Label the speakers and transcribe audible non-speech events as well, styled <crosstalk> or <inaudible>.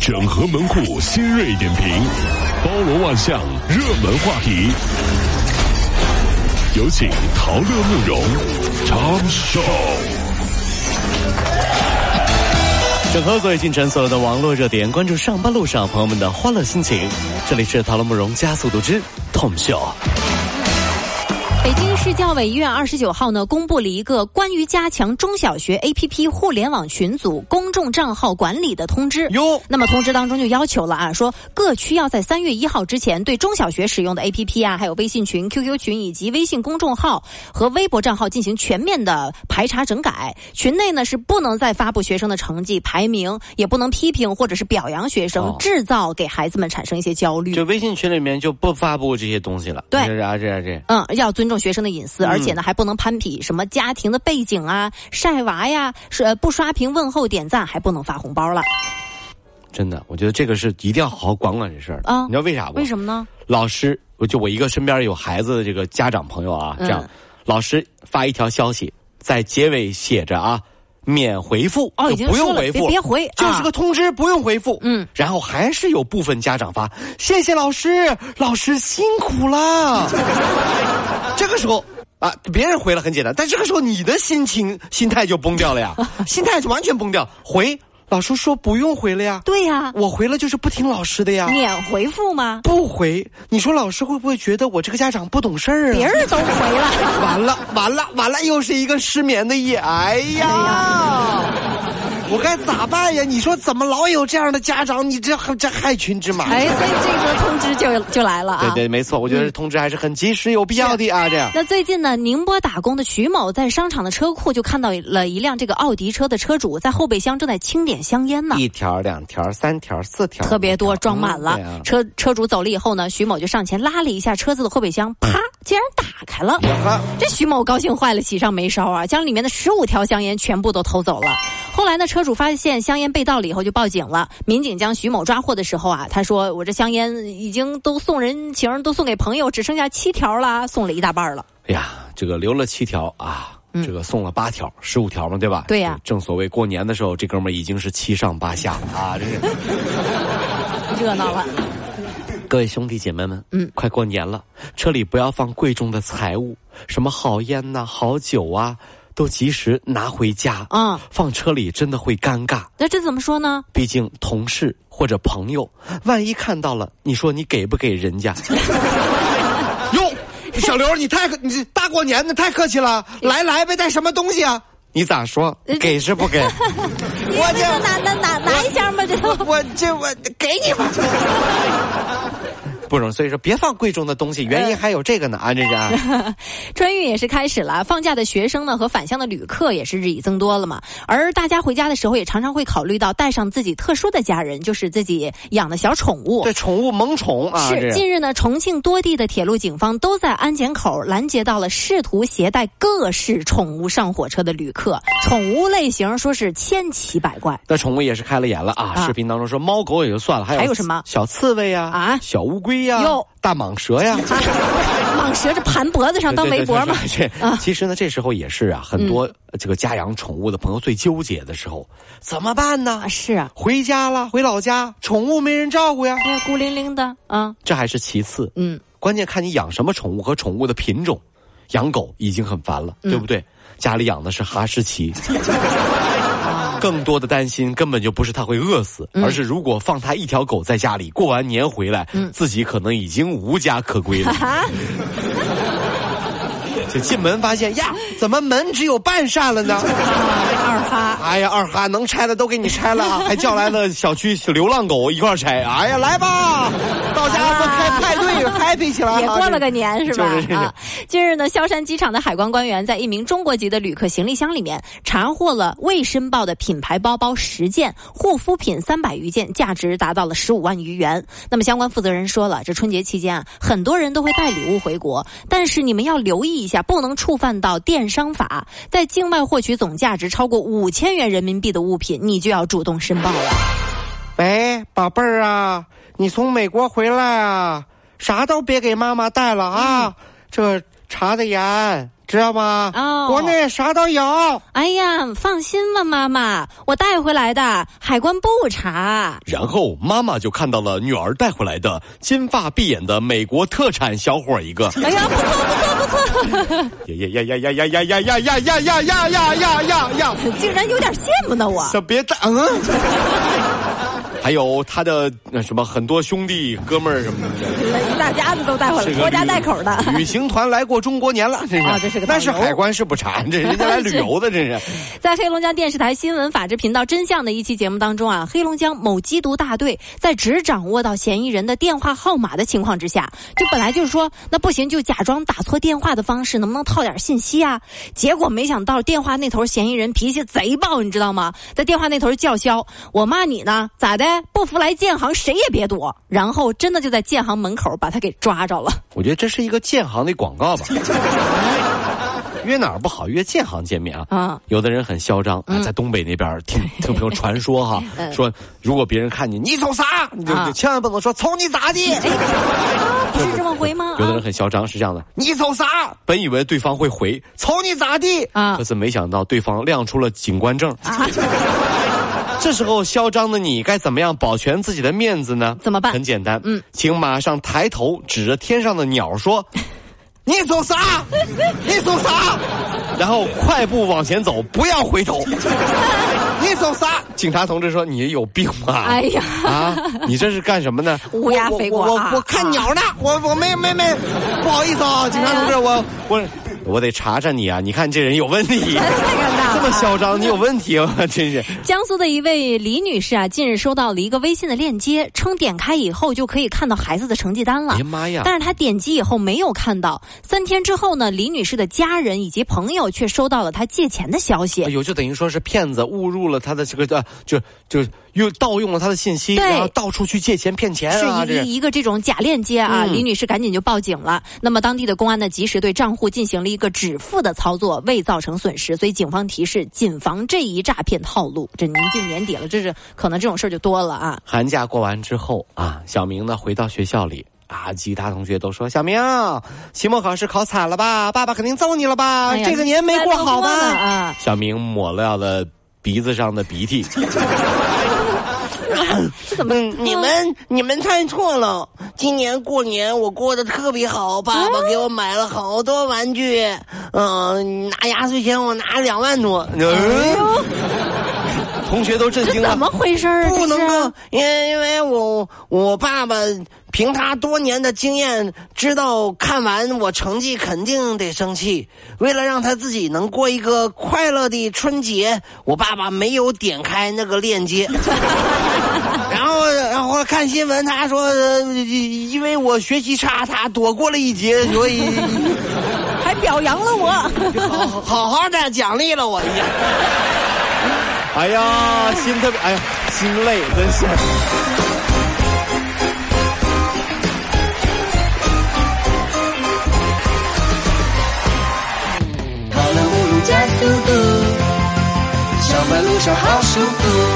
Speaker 1: 整合门户新锐点评，包罗万象，热门话题。有请陶乐慕容长寿。
Speaker 2: 整合最近晨所有的网络热点，关注上班路上朋友们的欢乐心情。这里是《陶乐慕容加速度之 Tom 秀》。
Speaker 3: 北京市教委一月二十九号呢，公布了一个关于加强中小学 APP 互联网群组公众账号管理的通知。
Speaker 2: 哟
Speaker 3: 那么通知当中就要求了啊，说各区要在三月一号之前，对中小学使用的 APP 啊，还有微信群、QQ 群以及微信公众号和微博账号进行全面的排查整改。群内呢是不能再发布学生的成绩排名，也不能批评或者是表扬学生，
Speaker 2: 哦
Speaker 3: 制造给孩子们产生一些焦虑。
Speaker 2: 就微信群里面就不发布这些东西了。
Speaker 3: 对
Speaker 2: 这是啊，这是这。
Speaker 3: 嗯，要尊重学生的隐
Speaker 2: 嗯
Speaker 3: 私，而且呢还不能攀比什么家庭的背景啊、晒娃呀，是呃不刷屏、问候、点赞，还不能发红包了
Speaker 2: 啊真的，我觉得这个是一定要好好管管这事儿的
Speaker 3: 啊
Speaker 2: 你知道为啥不？
Speaker 3: 为
Speaker 2: 么？
Speaker 3: 什么呢？
Speaker 2: 老师，我就我一个身边有孩子的这个家长朋友啊，
Speaker 3: 嗯
Speaker 2: 这样，老师发一条消息，在结尾写着啊，免回复，
Speaker 3: 哦，
Speaker 2: 就
Speaker 3: 已经
Speaker 2: 不
Speaker 3: 说
Speaker 2: 用
Speaker 3: 了，
Speaker 2: 回
Speaker 3: 别
Speaker 2: 复，
Speaker 3: 别回，
Speaker 2: 就是个
Speaker 3: 啊、
Speaker 2: 通知，不用回复。
Speaker 3: 嗯，
Speaker 2: 然后还是有部分家长发，谢谢老师，老师辛苦
Speaker 3: <laughs>
Speaker 2: 啦。这个时候啊，别人回了很简单，但这个时候你的心情、心态就崩掉了
Speaker 3: <laughs>
Speaker 2: 呀，心态就完全崩掉。回老师说不用回了呀，
Speaker 3: 对啊呀、
Speaker 2: 我回了就是不听老师的呀，
Speaker 3: 免回复吗？
Speaker 2: 不回，你说老师会不会觉得我这个家长不懂事儿啊？
Speaker 3: 别人都回了，
Speaker 2: <laughs> 完了完了完了，又是一个失眠的夜，哎呀！我该咋办呀？你说怎么老有这样的家长？你这这害群之马！
Speaker 3: 哎，所以这个通知就就来了啊。
Speaker 2: 对对，没错，我觉得通知还是很及时、有必要的啊。这样，
Speaker 3: 那最近呢，宁波打工的徐某在商场的车库就看到了一辆这个奥迪车的车主在后备箱正在清点香烟呢。
Speaker 2: 一条、两条、三条、四条，
Speaker 3: 特别多，
Speaker 2: 五条
Speaker 3: 装满了。
Speaker 2: 嗯对啊
Speaker 3: 车车主走了以后呢，徐某就上前拉了一下车子的后备箱，
Speaker 2: 嗯
Speaker 3: 啪，竟然打开了。
Speaker 2: 我看
Speaker 3: 这徐某高兴坏了，喜上眉梢啊，将里面的十五条香烟全部都偷走了。后来呢，车主发现香烟被盗了以后就报警了。民警将徐某抓获的时候啊，他说：“我这香烟已经都送人情，都送给朋友，只剩下七条了，送了一大半了。
Speaker 2: 哎呀，这个留了七条啊，这个送了八条，十五条嘛，对吧？
Speaker 3: 嗯对呀
Speaker 2: 正所谓过年的时候，这哥们儿已经是七上八下了啊！真是，
Speaker 3: 热闹了。
Speaker 2: 各位兄弟姐妹们，
Speaker 3: 嗯，
Speaker 2: 快过年了，车里不要放贵重的财物，什么好烟呐、好酒啊，都及时拿回家。
Speaker 3: 嗯
Speaker 2: 放车里真的会尴尬，
Speaker 3: 那这怎么说呢？
Speaker 2: 毕竟同事或者朋友，万一看到了，你说你给不给人 <laughs> 家？哟，小刘，你太你大过年的太客气了，来来呗，带什么东西啊？你咋说？给是不给？我
Speaker 3: 这拿拿拿拿一箱吧，这都。
Speaker 2: <laughs> 我这我给你吧。不容易，所以说别放贵重的东西，原因还有这个呢啊，这个 <laughs> 啊，
Speaker 3: 春运也是开始了，放假的学生呢和返乡的旅客也是日益增多了嘛。而大家回家的时候，也常常会考虑到带上自己特殊的家人，就是自己养的小宠物
Speaker 2: 这。宠物萌宠啊，这
Speaker 3: 是，
Speaker 2: 个
Speaker 3: 近日呢，重庆多地的铁路警方都在安检口拦截到了试图携带各式宠物上火车的旅客，宠物类型说是千奇百怪。
Speaker 2: 那宠物也是开了眼了啊！
Speaker 3: 啊
Speaker 2: 视频当中说猫狗也就算了，还有
Speaker 3: 还有什么
Speaker 2: 小刺猬呀、
Speaker 3: 啊
Speaker 2: 小乌龟呀、
Speaker 3: 哟
Speaker 2: 大蟒蛇
Speaker 3: <laughs>
Speaker 2: 呀、
Speaker 3: 啊，蟒蛇这盘脖子上当围脖嘛啊
Speaker 2: 对？
Speaker 3: 嗯
Speaker 2: 对对对这其实呢，这时候也是啊，很多呃这个家养宠物的朋友最纠结的时候，怎么办呢
Speaker 3: 啊，？是啊，
Speaker 2: 回家了，回老家，宠物没人照顾呀，
Speaker 3: 哎呀孤零零的啊，
Speaker 2: 这还是其次。
Speaker 3: 嗯，
Speaker 2: 关键看你养什么宠物和宠物的品种。养狗已经很烦了，
Speaker 3: 嗯
Speaker 2: 对不对？家里养的是哈士奇，更多的担心根本就不是它会饿死，
Speaker 3: 嗯
Speaker 2: 而是如果放它一条狗在家里过完年回来，
Speaker 3: 嗯
Speaker 2: 自己可能已经无家可归
Speaker 3: <laughs>
Speaker 2: 了。
Speaker 3: 啊，
Speaker 2: 就进门发现呀，怎么门只有半扇了呢？ <laughs>
Speaker 3: 二哈。
Speaker 2: 哎呀，二哈能拆的都给你拆了，啊还叫来了小区流浪狗一块儿拆。哎呀，来吧，到家了开派对 happy 起来啊
Speaker 3: 也过了个年是吧？
Speaker 2: 就是这
Speaker 3: 啊，近日呢，萧山机场的海关官员在一名中国籍的旅客行李箱里面查获了未申报的品牌包包十件，护肤品三百余件，价值达到了十五万余元。那么相关负责人说了，这春节期间啊，很多人都会带礼物回国，但是你们要留意一下，不能触犯到电商法，在境外获取总价值超过五千元人民币的物品，你就要主动申报了。
Speaker 2: 喂，宝贝儿啊，你从美国回来啊，啥都别给妈妈带了啊，这查的严，知道吗？
Speaker 3: 哦
Speaker 2: 国内啥都有。
Speaker 3: 哎呀，放心吧，妈妈，我带回来的，海关不查。
Speaker 2: 然后妈妈就看到了女儿带回来的金发碧眼的美国特产小伙儿一个。
Speaker 3: 哎呀，不错不错不
Speaker 2: 呀
Speaker 3: 错，
Speaker 2: 呀呀呀呀呀呀呀呀呀呀呀呀呀呀呀！
Speaker 3: <laughs> 竟然有点羡慕呢我。
Speaker 2: 小别打嗯。还有他的那什么很多兄弟哥们儿什么的，
Speaker 3: 一大家子都带回
Speaker 2: 这
Speaker 3: 来，
Speaker 2: 个
Speaker 3: 拖家
Speaker 2: 旅
Speaker 3: 带口的。
Speaker 2: 旅行团来过中国年了，这是。
Speaker 3: 啊这是个导游
Speaker 2: 但是海关是不查，这人家来旅游的，这是。
Speaker 3: <laughs> <laughs> 在黑龙江电视台新闻法制频道《真相》的一期节目当中啊，黑龙江某缉毒大队在只掌握到嫌疑人的电话号码的情况之下，就本来就是说那不行，就假装打错电话的方式，能不能套点信息啊？结果没想到电话那头嫌疑人脾气贼爆，你知道吗？在电话那头叫嚣：“我骂你呢，咋的？不服来建行，谁也别躲！”然后真的就在建行门口把他给抓着了。
Speaker 2: 我觉得这是一个建行的广
Speaker 3: <laughs>
Speaker 2: 告吧。约哪儿不好，约建行见面啊！
Speaker 3: 啊嗯
Speaker 2: 有的人很嚣张，啊，在东北那边儿听听朋友传说
Speaker 3: <laughs>
Speaker 2: 哈，说如果别人看见你瞅啥，你就
Speaker 3: 啊
Speaker 2: 就千万不能说瞅你咋的，
Speaker 3: 不是这么回吗？
Speaker 2: 有的
Speaker 3: 啊
Speaker 2: 人很嚣张，是这样的：你瞅啥？本以为对方会回“瞅你咋地”，
Speaker 3: 啊
Speaker 2: 可是没想到对方亮出了警官证。
Speaker 3: 啊！
Speaker 2: <laughs> 这时候嚣张的你该怎么样保全自己的面子呢？
Speaker 3: 怎么办
Speaker 2: 很简单，嗯，请马上抬头指着天上的鸟说：“ <laughs> 你瞅啥？你瞅啥？”然后快步往前走，不要回
Speaker 3: <laughs>
Speaker 2: 头。你瞅啥？警察同志说：“你有病吧？
Speaker 3: 哎呀
Speaker 2: 啊，你这是干什
Speaker 3: <laughs>
Speaker 2: 么呢？
Speaker 3: 乌鸦飞过
Speaker 2: 我我我
Speaker 3: 啊
Speaker 2: 我看鸟呢，我我没没没，不好意思啊，警察同志，我我我得查查你啊！你看这人有问
Speaker 3: <laughs>
Speaker 2: 题，
Speaker 3: 太尴尬了。
Speaker 2: 这么嚣张，你有问题啊！真
Speaker 3: <laughs>
Speaker 2: 是。”
Speaker 3: 江苏的一位李女士啊，近日收到了一个微信的链接，称点开以后就可以看到孩子的成绩单了
Speaker 2: 哎呀。妈呀！
Speaker 3: 啊但是她点击以后没有看到，三天之后呢，李女士的家人以及朋友却收到了她借钱的消息
Speaker 2: 哎。呦，就等于说是骗子误入了他的这个呃，就就又盗用了他的信息，
Speaker 3: 对
Speaker 2: 然后到处去借钱骗钱
Speaker 3: 是
Speaker 2: 啊！
Speaker 3: 一
Speaker 2: 这嗯
Speaker 3: 一一个这种假链接啊，李女士赶紧就报警了。那么当地的公安呢，及时对账户进行了一个止付的操作，未造成损失。所以警方提示，谨防这一诈骗套路。这临近年底了，这是可能这种事儿就多了啊。
Speaker 2: 寒假过完之后啊，小明呢回到学校里啊，其他同学都说：“小明，期末考试考惨了吧？爸爸肯定揍你了吧？
Speaker 3: 哎呀
Speaker 2: 啊这个年没过好吧？”
Speaker 3: 你现在都过了啊
Speaker 2: 小明抹了了鼻子上的鼻涕，
Speaker 3: 怎么
Speaker 4: 嗯，你们你们猜错了。今年过年我过得特别好，爸爸给我买了好多玩具。嗯、拿压岁钱我拿两万多，
Speaker 3: 哎
Speaker 2: 嗯，同学都震惊了
Speaker 3: <laughs> 怎。么回事儿啊？这
Speaker 4: 不能
Speaker 3: 是
Speaker 4: 够，因为因为我我爸爸凭他多年的经验，知道看完我成绩肯定得生气。为了让他自己能过一个快乐的春节，我爸爸没有点开那个链接。然后，然后看新闻，他说，呃因为我学习差，他躲过了一劫，所以
Speaker 3: 还表扬了
Speaker 2: <laughs>
Speaker 3: 我。
Speaker 4: 好好好的奖励了我一下。
Speaker 2: 哎呀，心特别，哎呀，心累，真是。
Speaker 5: 跑了五路加速度，上班路上好舒服。